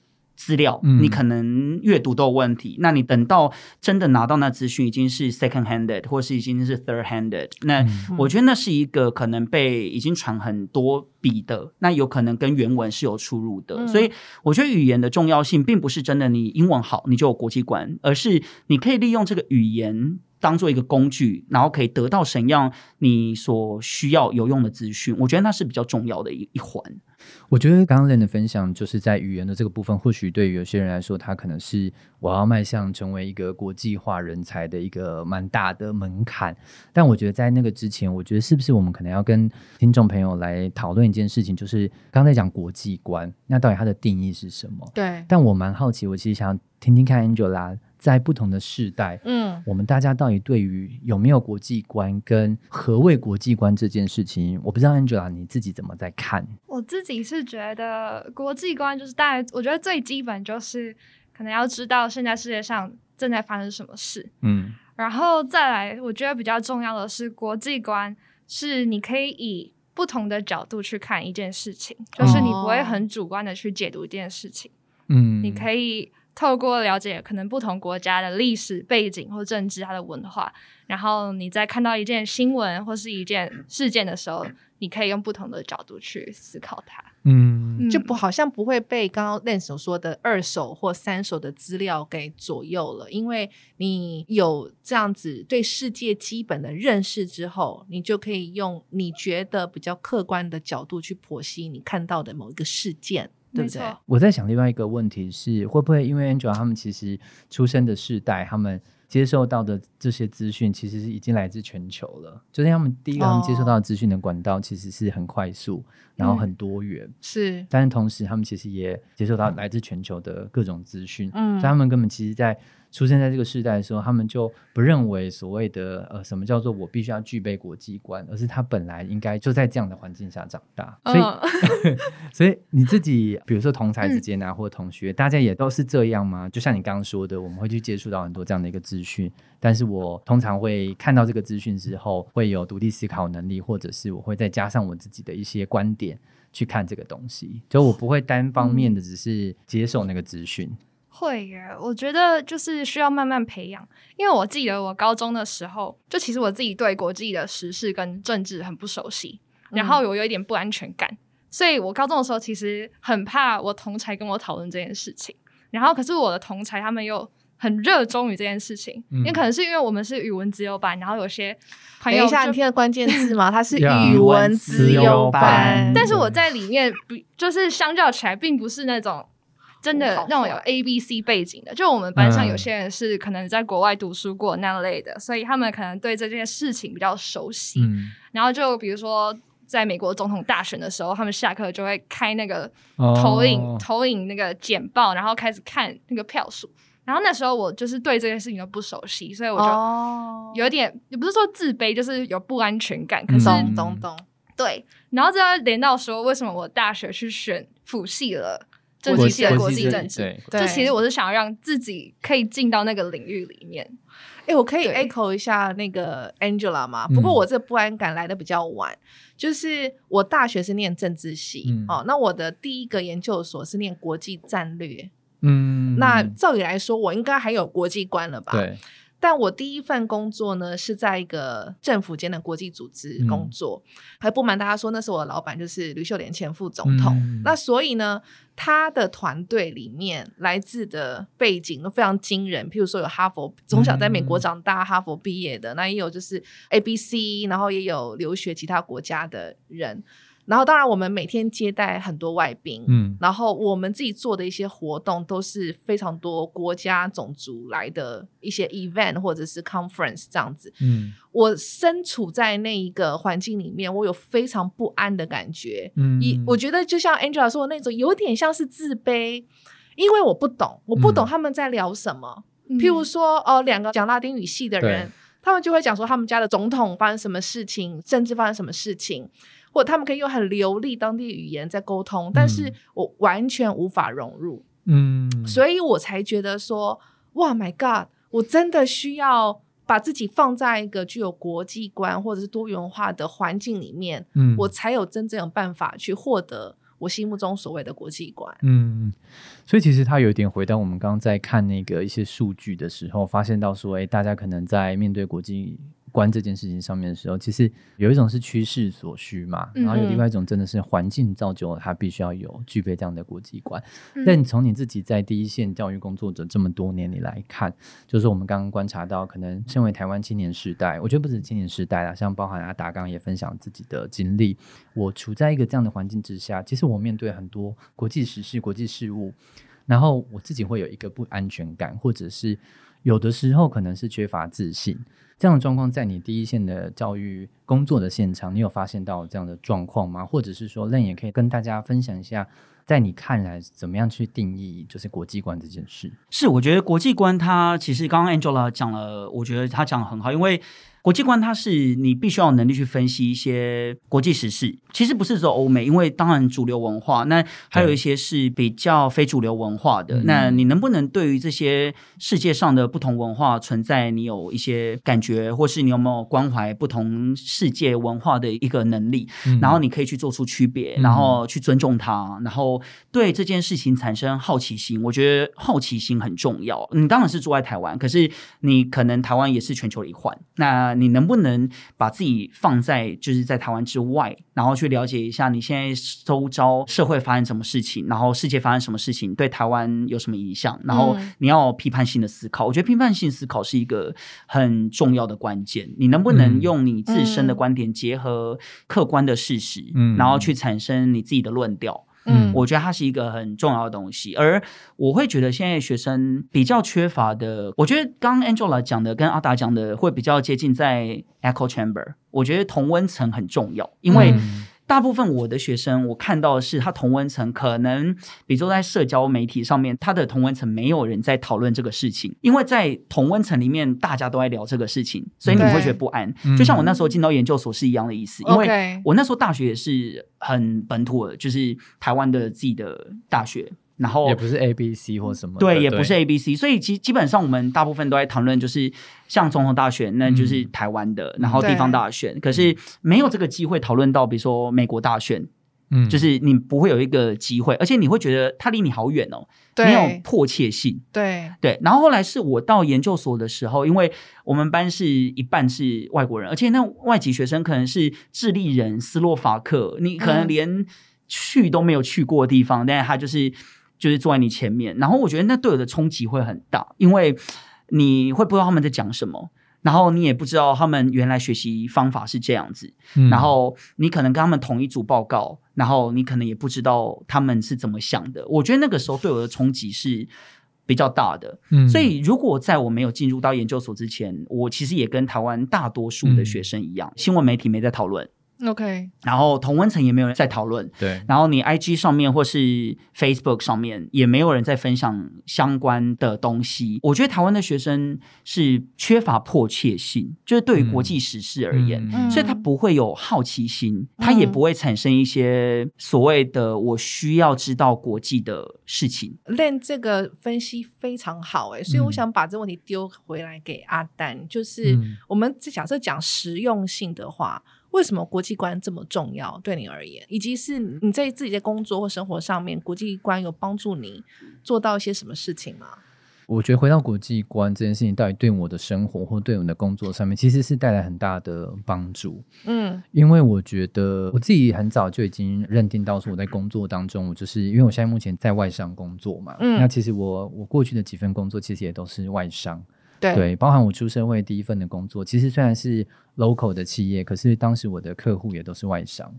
[SPEAKER 3] 资料，
[SPEAKER 1] 嗯
[SPEAKER 3] 你可能阅读都有问题。那你等到真的拿到那资讯，已经是 second handed，或是已经是 third handed。那
[SPEAKER 1] 嗯
[SPEAKER 3] 我觉得那是一个可能被已经传很多笔的，那有可能跟原文是有出入的。
[SPEAKER 2] 嗯
[SPEAKER 3] 所以我觉得语言的重要性，并不是真的你英文好你就有国际观，而是你可以利用这个语言。当做一个工具，然后可以得到什么样你所需要有用的资讯，我觉得那是比较重要的一一环。
[SPEAKER 1] 我觉得刚刚 Len 的分享，就是在语言的这个部分，或许对于有些人来说，他可能是我要迈向成为一个国际化人才的一个蛮大的门槛。但我觉得在那个之前，我觉得是不是我们可能要跟听众朋友来讨论一件事情，就是刚才讲国际观，那到底它的定义是什么？
[SPEAKER 2] 对，
[SPEAKER 1] 但我蛮好奇，我其实想听听看 Angela 在不同的世代，
[SPEAKER 2] 嗯
[SPEAKER 1] 我们大家到底对于有没有国际观跟何谓国际观这件事情，我不知道 Angela 你自己怎么在看？
[SPEAKER 4] 我自己是觉得国际观就是大概，我觉得最基本就是可能要知道现在世界上正在发生什么事，
[SPEAKER 1] 嗯
[SPEAKER 4] 然后再来，我觉得比较重要的是国际观，是你可以以不同的角度去看一件事情，就是你不会很主观的去解读一件事情，
[SPEAKER 1] 嗯
[SPEAKER 4] 你可以透过了解可能不同国家的历史背景或政治它的文化，然后你在看到一件新闻或是一件事件的时候，你可以用不同的角度去思考它，
[SPEAKER 1] 嗯
[SPEAKER 2] 就不好像不会被刚刚 Len 所说的二手或三手的资料给左右了，因为你有这样子对世界基本的认识之后，你就可以用你觉得比较客观的角度去剖析你看到的某一个事件，对
[SPEAKER 4] 没
[SPEAKER 2] 不对？
[SPEAKER 4] 错，
[SPEAKER 1] 我在想另外一个问题是，会不会因为 Angela 他们其实出生的世代，他们接受到的这些资讯其实是已经来自全球了，就是他们第一个他们接受到的资讯的管道其实是很快速，然后很多元。
[SPEAKER 2] 是，
[SPEAKER 1] 但是同时，他们其实也接受到来自全球的各种资讯，
[SPEAKER 2] 嗯
[SPEAKER 1] 所以他们根本其实，在出生在这个时代的时候，他们就不认为所谓的呃什么叫做我必须要具备国际观，而是他本来应该就在这样的环境下长大。所以，
[SPEAKER 2] 嗯 [LAUGHS]
[SPEAKER 1] 所以你自己，比如说同才之间啊，或同学，大家也都是这样吗？就像你刚刚说的，我们会去接触到很多这样的一个资讯，但是我通常会看到这个资讯之后，会有独立思考能力，或者是我会再加上我自己的一些观点。去看这个东西，就我不会单方面的只是接受那个资讯。
[SPEAKER 4] 会耶，我觉得就是需要慢慢培养，因为我记得我高中的时候，就其实我自己对国际的时事跟政治很不熟悉，然
[SPEAKER 2] 嗯
[SPEAKER 4] 后我有一点不安全感，所以我高中的时候其实很怕我同才跟我讨论这件事情，然后可是我的同才他们又很热衷于这件事情，
[SPEAKER 1] 嗯
[SPEAKER 4] 也可能是因为我们是语文自由班，然后有些朋
[SPEAKER 2] 等
[SPEAKER 4] 友
[SPEAKER 2] 一下，
[SPEAKER 4] 就
[SPEAKER 2] 你听的关键字吗？它是
[SPEAKER 1] Yeah，
[SPEAKER 2] 语文资优班，
[SPEAKER 4] 但是我在里面不就是相较起来，并不是那种真
[SPEAKER 2] 我
[SPEAKER 4] 的
[SPEAKER 2] 好
[SPEAKER 4] 那种有
[SPEAKER 2] 坏
[SPEAKER 4] A B C 背景的。就我们班
[SPEAKER 1] 嗯
[SPEAKER 4] 上有些人是可能在国外读书过那类的，所以他们可能对这件事情比较熟悉。
[SPEAKER 1] 嗯，
[SPEAKER 4] 然后就比如说。在美国总统大选的时候，他们下课就会开那个
[SPEAKER 1] 哦
[SPEAKER 4] 投影、投影那个简报，然后开始看那个票数。然后那时候我就是对这件事情都不熟悉，所以我就
[SPEAKER 2] 哦，
[SPEAKER 4] 有点、也不是说自卑，就是有不安全感。可
[SPEAKER 1] 嗯
[SPEAKER 4] 是
[SPEAKER 2] 懂懂懂，
[SPEAKER 4] 对，然后这要连到说，为什么我大学去选辅系了政
[SPEAKER 1] 国
[SPEAKER 4] 治
[SPEAKER 1] 际
[SPEAKER 4] 系的
[SPEAKER 1] 国
[SPEAKER 4] 国
[SPEAKER 1] 际
[SPEAKER 4] 际
[SPEAKER 1] 政
[SPEAKER 4] 政
[SPEAKER 1] 治
[SPEAKER 4] 治？
[SPEAKER 1] 对
[SPEAKER 4] 就其实我是想要让自己可以进到那个领域里面。
[SPEAKER 2] 哎、我可以
[SPEAKER 4] 对
[SPEAKER 2] echo 一下那个 Angela 吗？
[SPEAKER 1] 嗯
[SPEAKER 2] 不过我这不安感来的比较晚，就是我大学是念政治系，
[SPEAKER 1] 嗯
[SPEAKER 2] 哦，那我的第一个研究所是念国际战略，
[SPEAKER 1] 嗯，
[SPEAKER 2] 那啊照理来说我应该还有国际观了吧？。
[SPEAKER 1] 对，
[SPEAKER 2] 但我第一份工作呢是在一个政府间的国际组织
[SPEAKER 1] 嗯
[SPEAKER 2] 工作，还不瞒大家说，那时候我的老板就是吕秀莲前副总统。
[SPEAKER 1] 嗯
[SPEAKER 2] 那所以呢，他的团队里面来自的背景都非常惊人，譬如说有哈佛从小在美
[SPEAKER 1] 嗯
[SPEAKER 2] 国长大、哈佛毕业的，那也有就是 A B C，然后也有留学其他国家的人。然后当然我们每天接待很多外宾，
[SPEAKER 1] 嗯
[SPEAKER 2] 然后我们自己做的一些活动都是非常多国家、种族来的一些 event 或者是 conference 这样子。
[SPEAKER 1] 嗯
[SPEAKER 2] 我身处在那一个环境里面，我有非常不安的感觉。
[SPEAKER 1] 嗯，
[SPEAKER 2] 一、我觉得就像 Angela 说的那种，有点像是自卑，因为我不懂，我不懂
[SPEAKER 1] 嗯
[SPEAKER 2] 他们在聊什么。譬
[SPEAKER 4] 譬
[SPEAKER 2] 如
[SPEAKER 4] 如
[SPEAKER 2] 说，哦，两个讲拉丁语系的人
[SPEAKER 1] 对，
[SPEAKER 2] 他们就会讲说他们家的总统发生什么事情，政治发生什么事情，或他们可以用很流利当地语言在沟通，但是
[SPEAKER 1] 嗯
[SPEAKER 2] 我完全无法融入，
[SPEAKER 1] 嗯，
[SPEAKER 2] 所以我才觉得说，哇，My God，我真的需要。把自己放在一个具有国际观或者是多元化的环境里面，
[SPEAKER 1] 以嗯
[SPEAKER 2] 我才有真正有办法去获得我心目中所谓的国际观。
[SPEAKER 1] 嗯，所以其实它有一点回到我们刚刚在看那个一些数据的时候，发现到说，哎，大家可能在面对国际观这件事情上面的时候，其实有一种是趋势所需嘛，然后有
[SPEAKER 2] 嗯
[SPEAKER 1] 另外一种真的是环境造就了它必须要有具备这样的国际观。
[SPEAKER 4] 嗯
[SPEAKER 1] 但从你自己在第一线教育工作者这么多年里来看，就是我们刚刚观察到，可能身为台湾青年世代，我觉得不止青年世代啦，像包含阿达刚刚也分享自己的经历，我处在一个这样的环境之下，其实我面对很多国际时事、国际事务，然后我自己会有一个不安全感，或者是有的时候可能是缺乏自信。这样的状况在你第一线的教育工作的现场，你有发现到这样的状况吗？或者是说，任也可以跟大家分享一下，在你看来怎么样去定义就是国际观这件事？
[SPEAKER 3] 是，我觉得国际观它其实刚刚 Angela 讲了，我觉得她讲的很好，因为国际观它是你必须要有能力去分析一些国际时事，其实不是走欧美，因为当然主流文化，那还有
[SPEAKER 1] 对
[SPEAKER 3] 一些是比较非主流文化的
[SPEAKER 1] 嗯。
[SPEAKER 3] 那你能不能对于这些世界上的不同文化存在，你有一些感觉，或是你有没有关怀不同世界文化的一个能力？然后你可以去做出区别，
[SPEAKER 1] 嗯
[SPEAKER 3] 然后去尊重它，然后对这件事情产生好奇心。我觉得好奇心很重要。你当然是住在台湾，可是你可能台湾也是全球的一环。那你能不能把自己放在就是在台湾之外，然后去了解一下你现在周遭社会发生什么事情，然后世界发生什么事情，对台湾有什么影响？然后
[SPEAKER 2] 嗯
[SPEAKER 3] 你要有批判性的思考。我觉得批判性思考是一个很重要的关键。你能不能
[SPEAKER 1] 嗯
[SPEAKER 3] 用你自身的
[SPEAKER 2] 嗯
[SPEAKER 3] 观点结合客观的事实，
[SPEAKER 1] 嗯
[SPEAKER 3] 然后去产生你自己的论调。
[SPEAKER 1] 嗯
[SPEAKER 3] 我觉得它是一个很重要的东西，而我会觉得现在学生比较缺乏的，我觉得刚刚 Angela 讲的跟阿达讲的会比较接近在 echo chamber。我觉得同温层很重要，因为
[SPEAKER 1] 嗯
[SPEAKER 3] 大部分我的学生，我看到的是他同温层可能，比如说在社交媒体上面，他的同温层没有人在讨论这个事情，因为在同温层里面大家都在聊这个事情，所以你
[SPEAKER 2] 对
[SPEAKER 3] 会觉得不安
[SPEAKER 1] 嗯。
[SPEAKER 3] 就像我那时候进到研究所是一样的意思，因为
[SPEAKER 2] OK，
[SPEAKER 3] 我那时候大学也是很本土的，就是台湾的自己的大学，然后
[SPEAKER 1] 也不是 A、B、C 或什么的，
[SPEAKER 3] 对，也不是 A、B、C，所以其基本上我们大部分都在谈论，就是像总统大选，那就是
[SPEAKER 1] 嗯
[SPEAKER 3] 台湾的，然后地方大选，可是没有这个机会讨论到，比如说美国大选，
[SPEAKER 1] 嗯
[SPEAKER 3] 就是你不会有一个机会，而且你会觉得它离你好远哦，没有
[SPEAKER 2] 对
[SPEAKER 3] 迫切性。
[SPEAKER 2] 对，
[SPEAKER 3] 对，然后后来是我到研究所的时候，因为我们班是一半是外国人，而且那外籍学生可能是智利人、斯洛伐克，你可能
[SPEAKER 2] 嗯
[SPEAKER 3] 连去都没有去过的地方，但是他就是就是坐在你前面，然后我觉得那对我的冲击会很大，因为你会不知道他们在讲什么，然后你也不知道他们原来学习方法是这样子，
[SPEAKER 1] 嗯
[SPEAKER 3] 然后你可能跟他们同一组报告，然后你可能也不知道他们是怎么想的。我觉得那个时候对我的冲击是比较大的。
[SPEAKER 1] 嗯
[SPEAKER 3] 所以，如果在我没有进入到研究所之前，我其实也跟台湾大多数
[SPEAKER 1] 嗯
[SPEAKER 3] 的学生一样，新闻媒体没在讨论，
[SPEAKER 2] OK，
[SPEAKER 3] 然后同温层也没有人在讨论，
[SPEAKER 1] 对，
[SPEAKER 3] 然后你 IG 上面或是 Facebook 上面也没有人在分享相关的东西。我觉得台湾的学生是缺乏迫切性，就是对于国际时事而言。
[SPEAKER 1] 嗯
[SPEAKER 3] 所以他不会有好奇心，他也不会产生一些所谓的我需要知道国际的事情。
[SPEAKER 2] 练这个分析非常好哎、所以我
[SPEAKER 1] 嗯
[SPEAKER 2] 想把这个问题丢回来给阿丹，就是
[SPEAKER 1] 嗯
[SPEAKER 2] 我们假设讲实用性的话，为什么国际观这么重要对你而言，以及是你在自己的工作或生活上面，国际观有帮助你做到一些什么事情吗？
[SPEAKER 1] 我觉得回到国际观这件事情，到底对我的生活或对我的工作上面，其实是带来很大的帮助。
[SPEAKER 2] 嗯
[SPEAKER 1] 因为我觉得我自己很早就已经认定到说，我在工作当中，我就是因为我现在目前在外商工作嘛，
[SPEAKER 2] 嗯
[SPEAKER 1] 那其实我我过去的几份工作其实也都是外商，
[SPEAKER 2] 对
[SPEAKER 1] 对，包含我出社会第一份的工作，其实虽然是 local 的企业，可是当时我的客户也都是外商，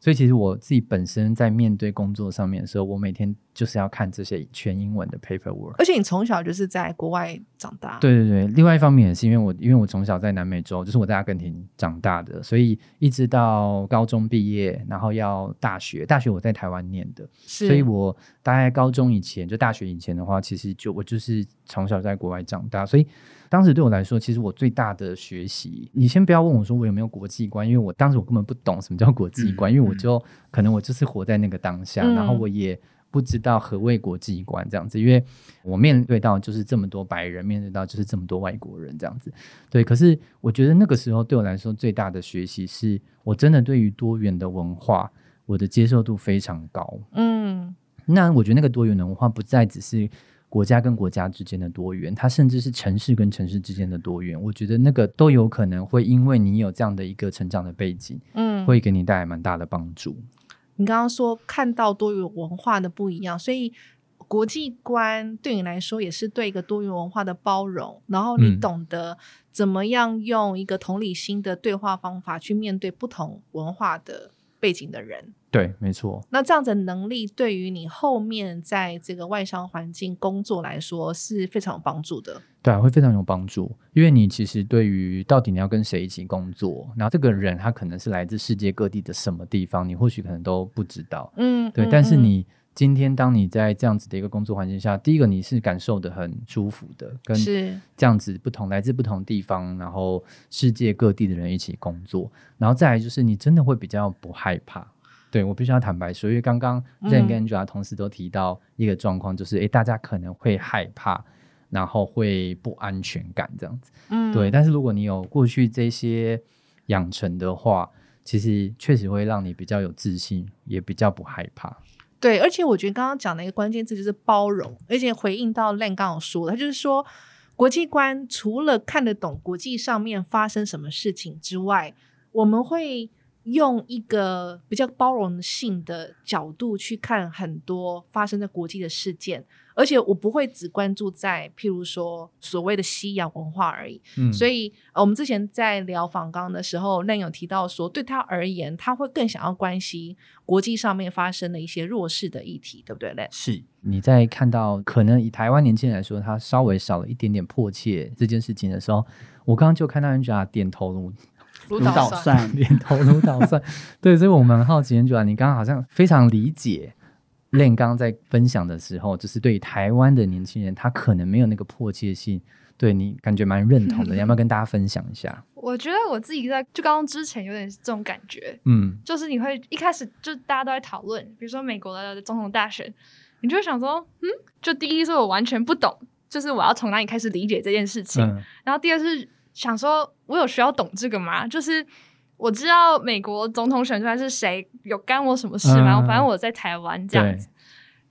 [SPEAKER 1] 所以其实我自己本身在面对工作上面的时候，我每天就是要看这些全英文的 paperwork。
[SPEAKER 2] 而且你从小就是在国外长大，，
[SPEAKER 1] 对对对，另外一方面也是因为我，因为我从小在南美洲，就是我在阿根廷长大的，所以一直到高中毕业，然后要大学，大学我在台湾念的，
[SPEAKER 2] 是，
[SPEAKER 1] 所以我大概高中以前，就大学以前的话，其实就我就是从小在国外长大，所以当时对我来说，其实我最大的学习，你先不要问我说我有没有国际观，因为我当时我根本不懂什么叫国际观，
[SPEAKER 3] 嗯
[SPEAKER 1] 因为我就可能我就是活在那个当下，
[SPEAKER 2] 嗯
[SPEAKER 1] 然后我也。不知道何谓国际观这样子，因为我面对到就是这么多白人，面对到就是这么多外国人这样子，对。可是我觉得那个时候对我来说最大的学习是，我真的对于多元的文化，我的接受度非常高。
[SPEAKER 2] 嗯
[SPEAKER 1] 那我觉得那个多元的文化不再只是国家跟国家之间的多元，它甚至是城市跟城市之间的多元。我觉得那个都有可能会因为你有这样的一个成长的背景，
[SPEAKER 2] 嗯，
[SPEAKER 1] 会给你带来蛮大的帮助。
[SPEAKER 2] 你刚刚说看到多元文化的不一样，所以国际观对你来说也是对一个多元文化的包容，然后你
[SPEAKER 1] 嗯
[SPEAKER 2] 懂得怎么样用一个同理心的对话方法去面对不同文化的背景的人。
[SPEAKER 1] 对，没错。
[SPEAKER 2] 那这样的能力对于你后面在这个外商环境工作来说是非常有帮助的。
[SPEAKER 1] 对啊，会非常有帮助，因为你其实对于到底你要跟谁一起工作，然后这个人他可能是来自世界各地的什么地方，你或许可能都不知道。
[SPEAKER 2] 嗯，
[SPEAKER 1] 对，
[SPEAKER 2] 嗯
[SPEAKER 1] 但是
[SPEAKER 2] 嗯
[SPEAKER 1] 你今天当你在这样子的一个工作环境下，第一个你是感受的很舒服的，跟
[SPEAKER 2] 是
[SPEAKER 1] 这样子不同来自不同地方，然后世界各地的人一起工作，然后再来就是你真的会比较不害怕。对我必须要坦白说，因为刚刚
[SPEAKER 2] 嗯
[SPEAKER 1] Zen 跟 Angela 同时都提到一个状况，就是诶、大家可能会害怕，然后会不安全感这样子。
[SPEAKER 2] 嗯
[SPEAKER 1] 对，但是如果你有过去这些养成的话，其实确实会让你比较有自信，也比较不害怕。
[SPEAKER 2] 对，而且我觉得刚刚讲的一个关键字就是包容，而且回应到 Len 刚刚有说的，他就是说国际观除了看得懂国际上面发生什么事情之外，我们会用一个比较包容性的角度去看很多发生在国际的事件，而且我不会只关注在譬如说所谓的西洋文化而已，
[SPEAKER 1] 嗯
[SPEAKER 2] 所
[SPEAKER 1] 以
[SPEAKER 2] 以、呃我们之前在聊访纲的时候，那有提到说，对他而言，他会更想要关心国际上面发生的一些弱势的议题，对不对？Len？
[SPEAKER 3] 是，
[SPEAKER 1] 你在看到可能以台湾年轻人来说，他稍微少了一点点迫切这件事情的时候，我刚刚就看到 Angela 点头 [LAUGHS] 如
[SPEAKER 2] 卢
[SPEAKER 3] 卢导
[SPEAKER 2] 导算，
[SPEAKER 3] 算
[SPEAKER 1] 点头如捣蒜。对，所以我们很好奇 Angela，你刚刚好像非常理解。练刚刚在分享的时候，就是对于台湾的年轻人，他可能没有那个迫切性，对你感觉蛮认
[SPEAKER 3] [LAUGHS]
[SPEAKER 1] 同的，你要不要跟大家分享一下？
[SPEAKER 4] 我觉得我自己在就高中之前有点这种感觉，
[SPEAKER 1] 嗯，
[SPEAKER 4] 就是你会一开始就大家都在讨论，比如说美国的总统大选，你就会想说，嗯，就第一是我完全不懂，就是我要从哪里开始理解这件事情，
[SPEAKER 1] 嗯
[SPEAKER 4] 然后第二是想说，我有需要懂这个吗？就是我知道美国总统选出来是谁，有干我什么事吗？
[SPEAKER 1] 嗯
[SPEAKER 4] 反正我在台湾这样子。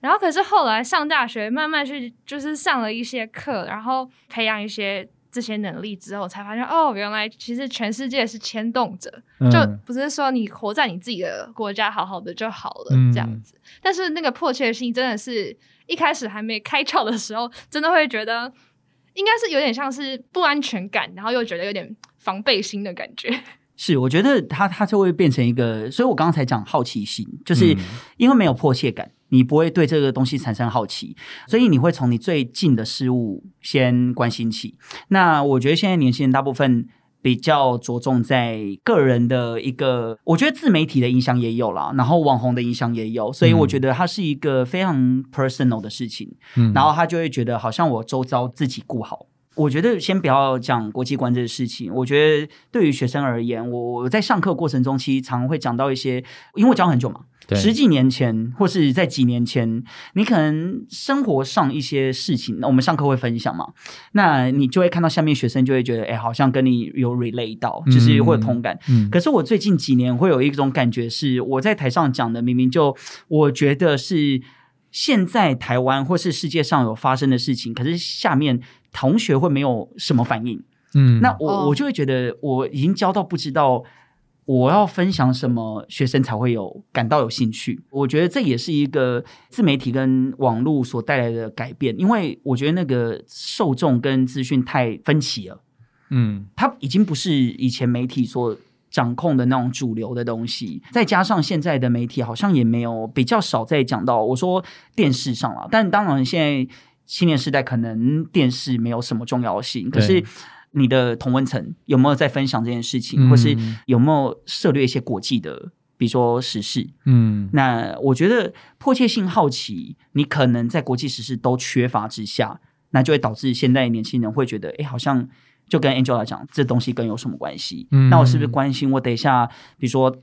[SPEAKER 4] 然后可是后来上大学，慢慢去就是上了一些课，然后培养一些这些能力之后，才发现哦，原来其实全世界是牵动着，
[SPEAKER 1] 嗯
[SPEAKER 4] 就不是说你活在你自己的国家好好的就好了、
[SPEAKER 1] 嗯
[SPEAKER 4] 这样子。但是那个迫切性真的是一开始还没开窍的时候，真的会觉得应该是有点像是不安全感，然后又觉得有点防备心的感觉。 [LAUGHS]
[SPEAKER 3] 是，我觉得它它就会变成一个，所以我刚才讲好奇心，就是因为没有迫切感，你不会对这个东西产生好奇，所以你会从你最近的事物先关心起。那我觉得现在年轻人大部分。比较着重在个人的一个，我觉得自媒体的影响也有啦，然后网红的影响也有，所以我觉得它是一个非常 personal 的事情。
[SPEAKER 1] 嗯
[SPEAKER 3] 然后他就会觉得好像我周遭自己顾好。我觉得先不要讲国际观这个事情，我觉得对于学生而言，我我在上课过程中其实常会讲到一些，因为我讲很久嘛，
[SPEAKER 1] 对
[SPEAKER 3] 十几年前或是在几年前，你可能生活上一些事情，我们上课会分享嘛，那你就会看到下面学生就会觉得，哎、好像跟你有 relate 到，就是会有同感。
[SPEAKER 1] 嗯
[SPEAKER 3] 可是我最近几年会有一种感觉是，我在台上讲的明明就我觉得是现在台湾或是世界上有发生的事情，可是下面同学会没有什么反应。
[SPEAKER 1] 嗯
[SPEAKER 3] 那我、
[SPEAKER 2] 哦
[SPEAKER 3] 我就会觉得我已经教到不知道我要分享什么，学生才会有感到有兴趣。我觉得这也是一个自媒体跟网络所带来的改变，因为我觉得那个受众跟资讯太分歧了。
[SPEAKER 1] 嗯
[SPEAKER 3] 它已经不是以前媒体所掌控的那种主流的东西，再加上现在的媒体好像也没有比较少在讲到，我说电视上了，但当然现在青年时代可能电视没有什么重要性，可
[SPEAKER 1] 对
[SPEAKER 3] 是。你的同温层有没有在分享这件事情，
[SPEAKER 1] 嗯
[SPEAKER 3] 或是有没有涉猎一些国际的，比如说时事？
[SPEAKER 1] 嗯
[SPEAKER 3] 那我觉得迫切性、好奇，你可能在国际时事都缺乏之下，那就会导致现在年轻人会觉得，哎，好像就跟 Angela 讲，这东西跟有什么关系？
[SPEAKER 1] 嗯
[SPEAKER 3] 那我是不是关心我等一下，比如说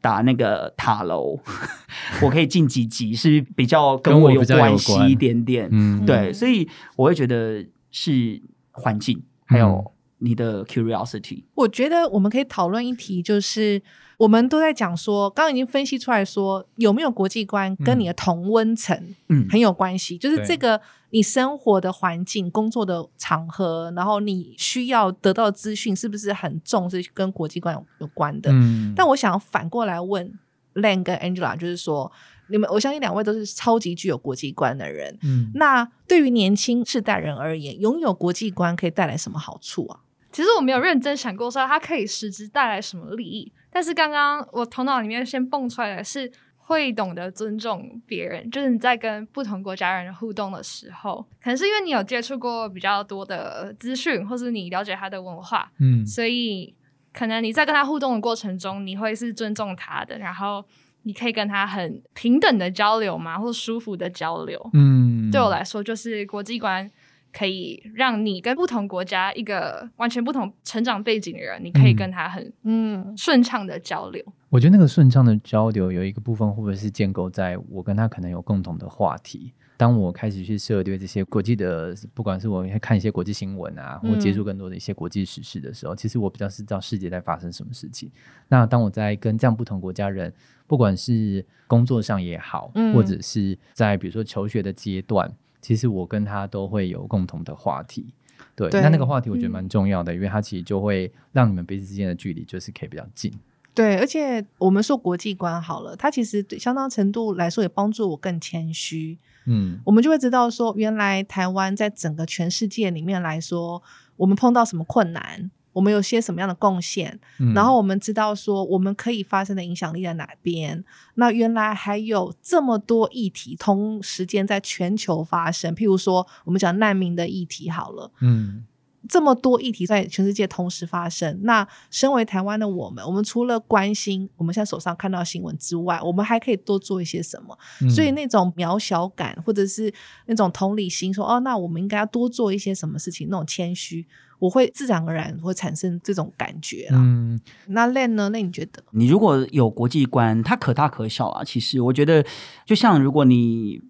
[SPEAKER 3] 打那个塔楼， [LAUGHS] 我可以进几级，是不是比较跟
[SPEAKER 1] 跟我
[SPEAKER 3] 我有
[SPEAKER 1] 比较有
[SPEAKER 3] 关系
[SPEAKER 1] 关
[SPEAKER 3] 一点点？
[SPEAKER 1] 嗯
[SPEAKER 3] 对，
[SPEAKER 2] 嗯
[SPEAKER 3] 所以我会觉得是环境，
[SPEAKER 1] 嗯
[SPEAKER 3] 还有你的 curiosity。
[SPEAKER 2] 我觉得我们可以讨论一题，就是我们都在讲说，刚刚已经分析出来说，有没有国际观跟你的同温层
[SPEAKER 3] 嗯，
[SPEAKER 2] 很有关系，就是
[SPEAKER 1] 对
[SPEAKER 2] 这个你生活的环境、工作的场合，然后你需要得到的资讯是不是很重视跟国际观有有关的？
[SPEAKER 1] 嗯
[SPEAKER 2] 但我想反过来问 Len 跟 Angela，就是说，你们我相信两位都是超级具有国际观的人。
[SPEAKER 1] 嗯
[SPEAKER 2] 那对于年轻世代人而言，拥有国际观可以带来什么好处啊？
[SPEAKER 4] 其实我没有认真想过说它可以实质带来什么利益，但是刚刚我头脑里面先蹦出来的是会懂得尊重别人，就是你在跟不同国家人互动的时候，可能是因为你有接触过比较多的资讯，或是你了解他的文化，
[SPEAKER 1] 嗯
[SPEAKER 4] 所以可能你在跟他互动的过程中，你会是尊重他的，然后你可以跟他很平等的交流嘛，或舒服的交流。
[SPEAKER 1] 嗯
[SPEAKER 4] 对我来说，就是国际观可以让你跟不同国家一个完全不同成长背景的人，你可以
[SPEAKER 1] 嗯
[SPEAKER 4] 跟他很
[SPEAKER 2] 嗯，
[SPEAKER 4] 顺畅的交流。
[SPEAKER 1] 我觉得那个顺畅的交流有一个部分，会不会是建构在我跟他可能有共同的话题？当我开始去涉猎这些国际的，不管是我看一些国际新闻啊，
[SPEAKER 2] 嗯
[SPEAKER 1] 或接触更多的一些国际时事的时候，其实我比较是知道世界在发生什么事情。那当我在跟这样不同国家人，不管是工作上也好，
[SPEAKER 2] 嗯
[SPEAKER 1] 或者是在比如说求学的阶段，其实我跟他都会有共同的话题。对，
[SPEAKER 2] 对
[SPEAKER 1] 那那个话题我觉得
[SPEAKER 4] 嗯
[SPEAKER 1] 蛮重要的，因为它其实就会让你们彼此之间的距离就是可以比较近。
[SPEAKER 2] 对，而且我们说国际观好了，它其实对相当程度来说也帮助我更谦虚，
[SPEAKER 1] 嗯，
[SPEAKER 2] 我们就会知道说，原来台湾在整个全世界里面来说，我们碰到什么困难，我们有些什么样的贡献，
[SPEAKER 1] 嗯
[SPEAKER 2] 然后我们知道说我们可以发生的影响力在哪边。那原来还有这么多议题同时间在全球发生，譬如说我们讲难民的议题好了，
[SPEAKER 1] 嗯
[SPEAKER 2] 这么多议题在全世界同时发生。那身为台湾的我们，我们除了关心我们现在手上看到的新闻之外，我们还可以多做一些什么？
[SPEAKER 1] 嗯
[SPEAKER 2] 所以那种渺小感，或者是那种同理心说哦，那我们应该要多做一些什么事情，那种谦虚，我会自然而然会产生这种感觉啦。
[SPEAKER 1] 嗯
[SPEAKER 2] 那 Len 呢？那你觉得？
[SPEAKER 3] 你如果有国际观，它可大可小啊。其实我觉得，就像如果你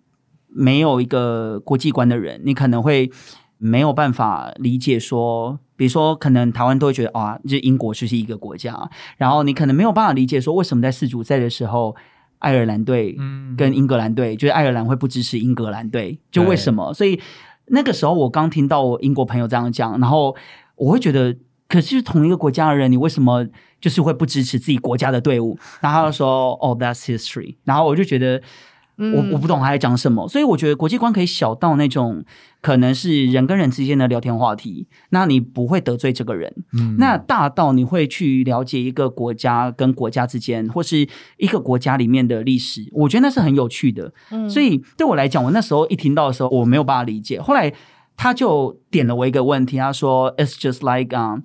[SPEAKER 3] 没有一个国际观的人，你可能会没有办法理解说，比如说，可能台湾都会觉得啊，就英国就是一个国家，然后你可能没有办法理解说，为什么在世足赛的时候，爱尔兰队
[SPEAKER 1] 嗯
[SPEAKER 3] 跟英格兰队，就是爱尔兰会不支持英格兰队，就
[SPEAKER 1] 对
[SPEAKER 3] 为什么？所以那个时候我刚听到我英国朋友这样讲，然后我会觉得，可是同一个国家的人，你为什么就是会不支持自己国家的队伍？然后他就说，哦、t h a t s history。然后我就觉得，
[SPEAKER 1] 嗯
[SPEAKER 3] 我我不懂他在讲什么。所以我觉得国际观可以小到那种可能是人跟人之间的聊天话题，那你不会得罪这个人。
[SPEAKER 1] 嗯
[SPEAKER 3] 那大到你会去了解一个国家跟国家之间，或是一个国家里面的历史，我觉得那是很有趣的。
[SPEAKER 2] 嗯
[SPEAKER 3] 所以对我来讲，我那时候一听到的时候，我没有办法理解。后来他就点了我一个问题，他说：“It's just like um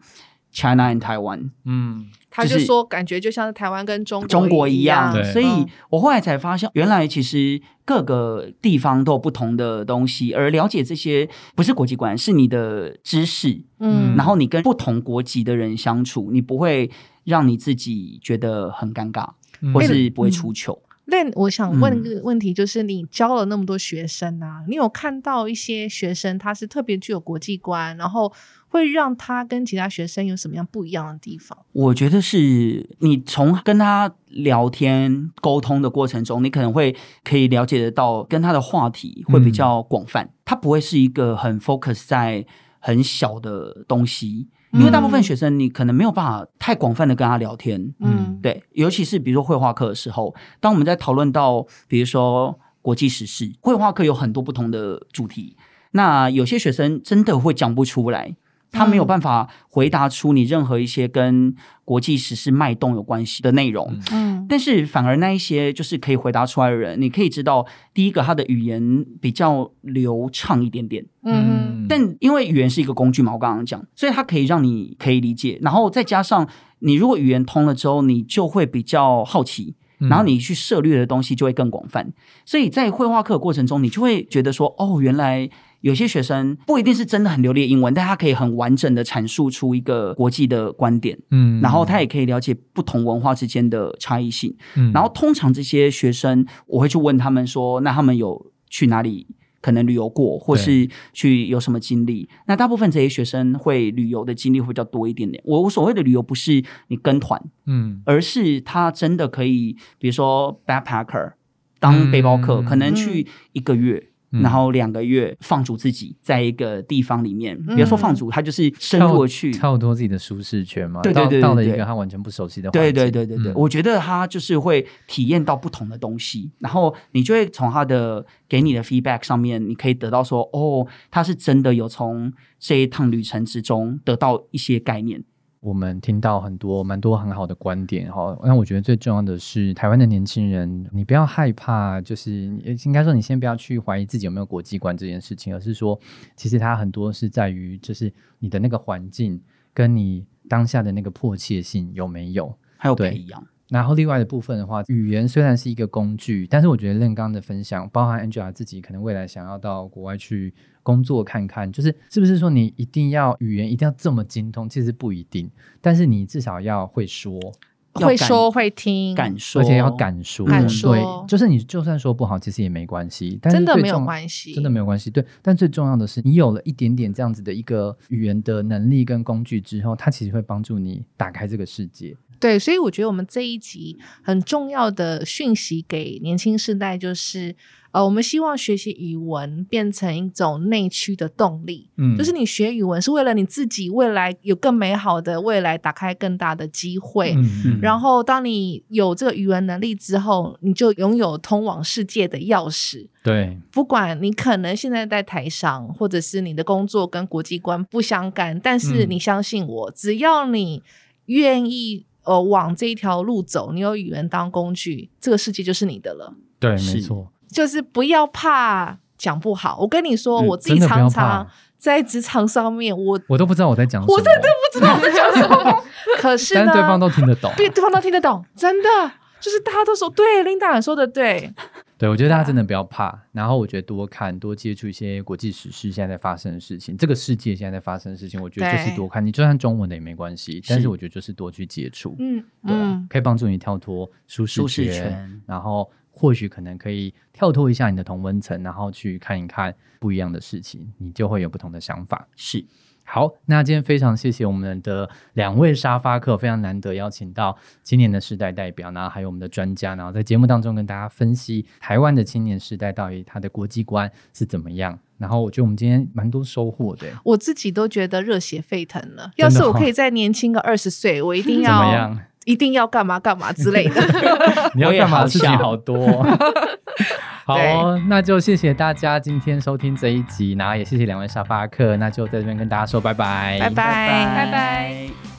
[SPEAKER 3] China and Taiwan，
[SPEAKER 1] 嗯
[SPEAKER 2] 他
[SPEAKER 3] 就
[SPEAKER 2] 就是说感觉就像是台湾跟中
[SPEAKER 3] 中国一
[SPEAKER 2] 一
[SPEAKER 3] 样。
[SPEAKER 1] 对
[SPEAKER 3] 所以
[SPEAKER 2] 嗯
[SPEAKER 3] 我后来才发现，原来其实各个地方都有不同的东西，而了解这些不是国际观，是你的知识。
[SPEAKER 1] 嗯
[SPEAKER 3] 然后你跟不同国籍的人相处，你不会让你自己觉得很尴尬，
[SPEAKER 1] 嗯
[SPEAKER 3] 或是不会出糗。
[SPEAKER 2] 那我想问
[SPEAKER 3] 嗯
[SPEAKER 2] 一个问题，就是你教了那么多学生啊，你有看到一些学生他是特别具有国际观，然后会让他跟其他学生有什么样不一样的地方？
[SPEAKER 3] 我觉得是你从跟他聊天沟通的过程中，你可能会可以了解得到，跟他的话题会比较广泛，他不会是一个很 focus 在很小的东西，因为大部分学生你可能没有办法太广泛的跟他聊天，
[SPEAKER 1] 嗯
[SPEAKER 2] 嗯，
[SPEAKER 3] 对，尤其是比如说绘画课的时候，当我们在讨论到比如说国际时事，绘画课有很多不同的主题，那有些学生真的会讲不出来。他没有
[SPEAKER 2] 嗯
[SPEAKER 3] 办法回答出你任何一些跟国际时事脉动有关系的内容，
[SPEAKER 1] 嗯
[SPEAKER 2] 嗯
[SPEAKER 3] 但是反而那一些就是可以回答出来的人，你可以知道，第一个他的语言比较流畅一点点，
[SPEAKER 2] 嗯
[SPEAKER 3] 但因为语言是一个工具嘛，我刚刚讲，所以它可以让你可以理解，然后再加上你如果语言通了之后，你就会比较好奇，
[SPEAKER 1] 嗯
[SPEAKER 3] 然后你去涉猎的东西就会更广泛。所以在绘画课的过程中，你就会觉得说，哦，原来。有些学生不一定是真的很流利的英文，但他可以很完整的阐述出一个国际的观点，
[SPEAKER 1] 嗯
[SPEAKER 3] 然后他也可以了解不同文化之间的差异性。
[SPEAKER 1] 嗯
[SPEAKER 3] 然后通常这些学生，我会去问他们说，那他们有去哪里可能旅游过，或是去有什么经历？那大部分这些学生会旅游的经历会比较多一点点。我我所谓的旅游不是你跟团，
[SPEAKER 1] 嗯
[SPEAKER 3] 而是他真的可以，比如说 backpacker 当背包客，
[SPEAKER 1] 嗯
[SPEAKER 3] 可能去一个月。
[SPEAKER 1] 嗯
[SPEAKER 3] 然后两个月放逐自己在一个地方里面，
[SPEAKER 2] 嗯
[SPEAKER 3] 比如说放逐，他就是深
[SPEAKER 1] 跳
[SPEAKER 3] 入地去
[SPEAKER 1] 嗯跳脱自己的舒适圈嘛，
[SPEAKER 3] 对
[SPEAKER 1] 到
[SPEAKER 3] 对对对
[SPEAKER 1] 到了一
[SPEAKER 3] 对
[SPEAKER 1] 个他完全不熟悉的环
[SPEAKER 3] 对
[SPEAKER 1] 境，
[SPEAKER 3] 对对对对，
[SPEAKER 1] 嗯
[SPEAKER 3] 我觉得他就是会体验到不同的东西，然后你就会从他的给你的 feedback 上面，你可以得到说，哦，他是真的有从这一趟旅程之中得到一些概念。
[SPEAKER 1] 我们听到很多蛮多很好的观点哈，那我觉得最重要的是，台湾的年轻人，你不要害怕，就是呃应该说你先不要去怀疑自己有没有国际观这件事情，而是说，其实它很多是在于就是你的那个环境跟你当下的那个迫切性有没有，
[SPEAKER 3] 还有
[SPEAKER 1] 对
[SPEAKER 3] 培养，
[SPEAKER 1] 然后另外的部分的话，语言虽然是一个工具，但是我觉得任刚的分享，包含 Angela 自己可能未来想要到国外去工作看看，就是是不是说你一定要语言一定要这么精通，其实不一定，但是你至少要会说，
[SPEAKER 2] 会
[SPEAKER 3] 要敢
[SPEAKER 2] 说会听，
[SPEAKER 3] 敢说，
[SPEAKER 1] 而且要敢说，
[SPEAKER 3] 敢
[SPEAKER 2] 说
[SPEAKER 1] 对，就是你就算说不好，其实也没关系，但是
[SPEAKER 2] 真的
[SPEAKER 1] 最
[SPEAKER 2] 没有
[SPEAKER 1] 重
[SPEAKER 2] 关系，
[SPEAKER 1] 真的没有关系。对，但最重要的是，你有了一点点这样子的一个语言的能力跟工具之后，它其实会帮助你打开这个世界。
[SPEAKER 2] 对，所以我觉得我们这一集很重要的讯息给年轻世代就是，呃，我们希望学习语文变成一种内驱的动力，
[SPEAKER 1] 嗯
[SPEAKER 2] 就是你学语文是为了你自己未来有更美好的未来，打开更大的机会。
[SPEAKER 1] 嗯
[SPEAKER 2] 然后，当你有这个语文能力之后，你就拥有通往世界的钥匙。
[SPEAKER 1] 对，
[SPEAKER 2] 不管你可能现在在台上，或者是你的工作跟国际观不相干，但是
[SPEAKER 1] 嗯
[SPEAKER 2] 你相信我，只要你愿意呃往这一条路走，你有语言当工具，这个世界就是你的了。
[SPEAKER 1] 对，没
[SPEAKER 3] 是
[SPEAKER 1] 错。
[SPEAKER 2] 就是不要怕讲不好，我跟你说，
[SPEAKER 3] 嗯
[SPEAKER 2] 我自
[SPEAKER 1] 真
[SPEAKER 2] 己
[SPEAKER 1] 的不要
[SPEAKER 2] 常
[SPEAKER 1] 怕
[SPEAKER 2] 常，在职场上面，我
[SPEAKER 1] 我都不知道我在讲什么，
[SPEAKER 2] 我真的不知道我在讲什
[SPEAKER 1] [LAUGHS]
[SPEAKER 2] 么，可是
[SPEAKER 1] 但
[SPEAKER 2] 呢，
[SPEAKER 1] 是对方都听得懂。啊
[SPEAKER 2] 对对方都听得懂， [LAUGHS] 真的。就是大家都说对，琳达说的对，
[SPEAKER 1] 对，我觉得大家真的不要怕，然后我觉得多看、多接触一些国际时事现在在发生的事情，这个世界现在在发生的事情，我觉得就是
[SPEAKER 2] 对
[SPEAKER 1] 多看。你就算中文的也没关系，但是
[SPEAKER 3] 是
[SPEAKER 1] 我觉得就是多去接触，
[SPEAKER 2] 嗯
[SPEAKER 1] 对啊
[SPEAKER 2] 嗯，
[SPEAKER 1] 可以帮助你跳脱舒适
[SPEAKER 3] 舒适圈
[SPEAKER 1] 然后或许可能可以跳脱一下你的同温层，然后去看一看不一样的事情，你就会有不同的想法。
[SPEAKER 3] 是
[SPEAKER 1] 好，那今天非常谢谢我们的两位沙发客，非常难得邀请到青年的世代代表，然后还有我们的专家，然后在节目当中跟大家分析台湾的青年世代到底它的国际观是怎么样。然后我觉得我们今天蛮多收获的，欸
[SPEAKER 2] 我自己都觉得热血沸腾了。要是我可以再年轻个二十岁，我一定
[SPEAKER 1] 哦怎么
[SPEAKER 2] 要
[SPEAKER 3] [LAUGHS]
[SPEAKER 1] 样？
[SPEAKER 2] 一定要干嘛干嘛之类的。
[SPEAKER 1] 你要
[SPEAKER 3] 我也
[SPEAKER 1] 干嘛
[SPEAKER 3] 好
[SPEAKER 1] 的事情
[SPEAKER 3] 笑
[SPEAKER 1] 好多
[SPEAKER 3] [LAUGHS]
[SPEAKER 1] 哦、好哦，那就谢谢大家今天收听这一集，然后也谢谢两位沙发客，那就在这边跟大家说拜拜，
[SPEAKER 2] 拜拜
[SPEAKER 4] 拜拜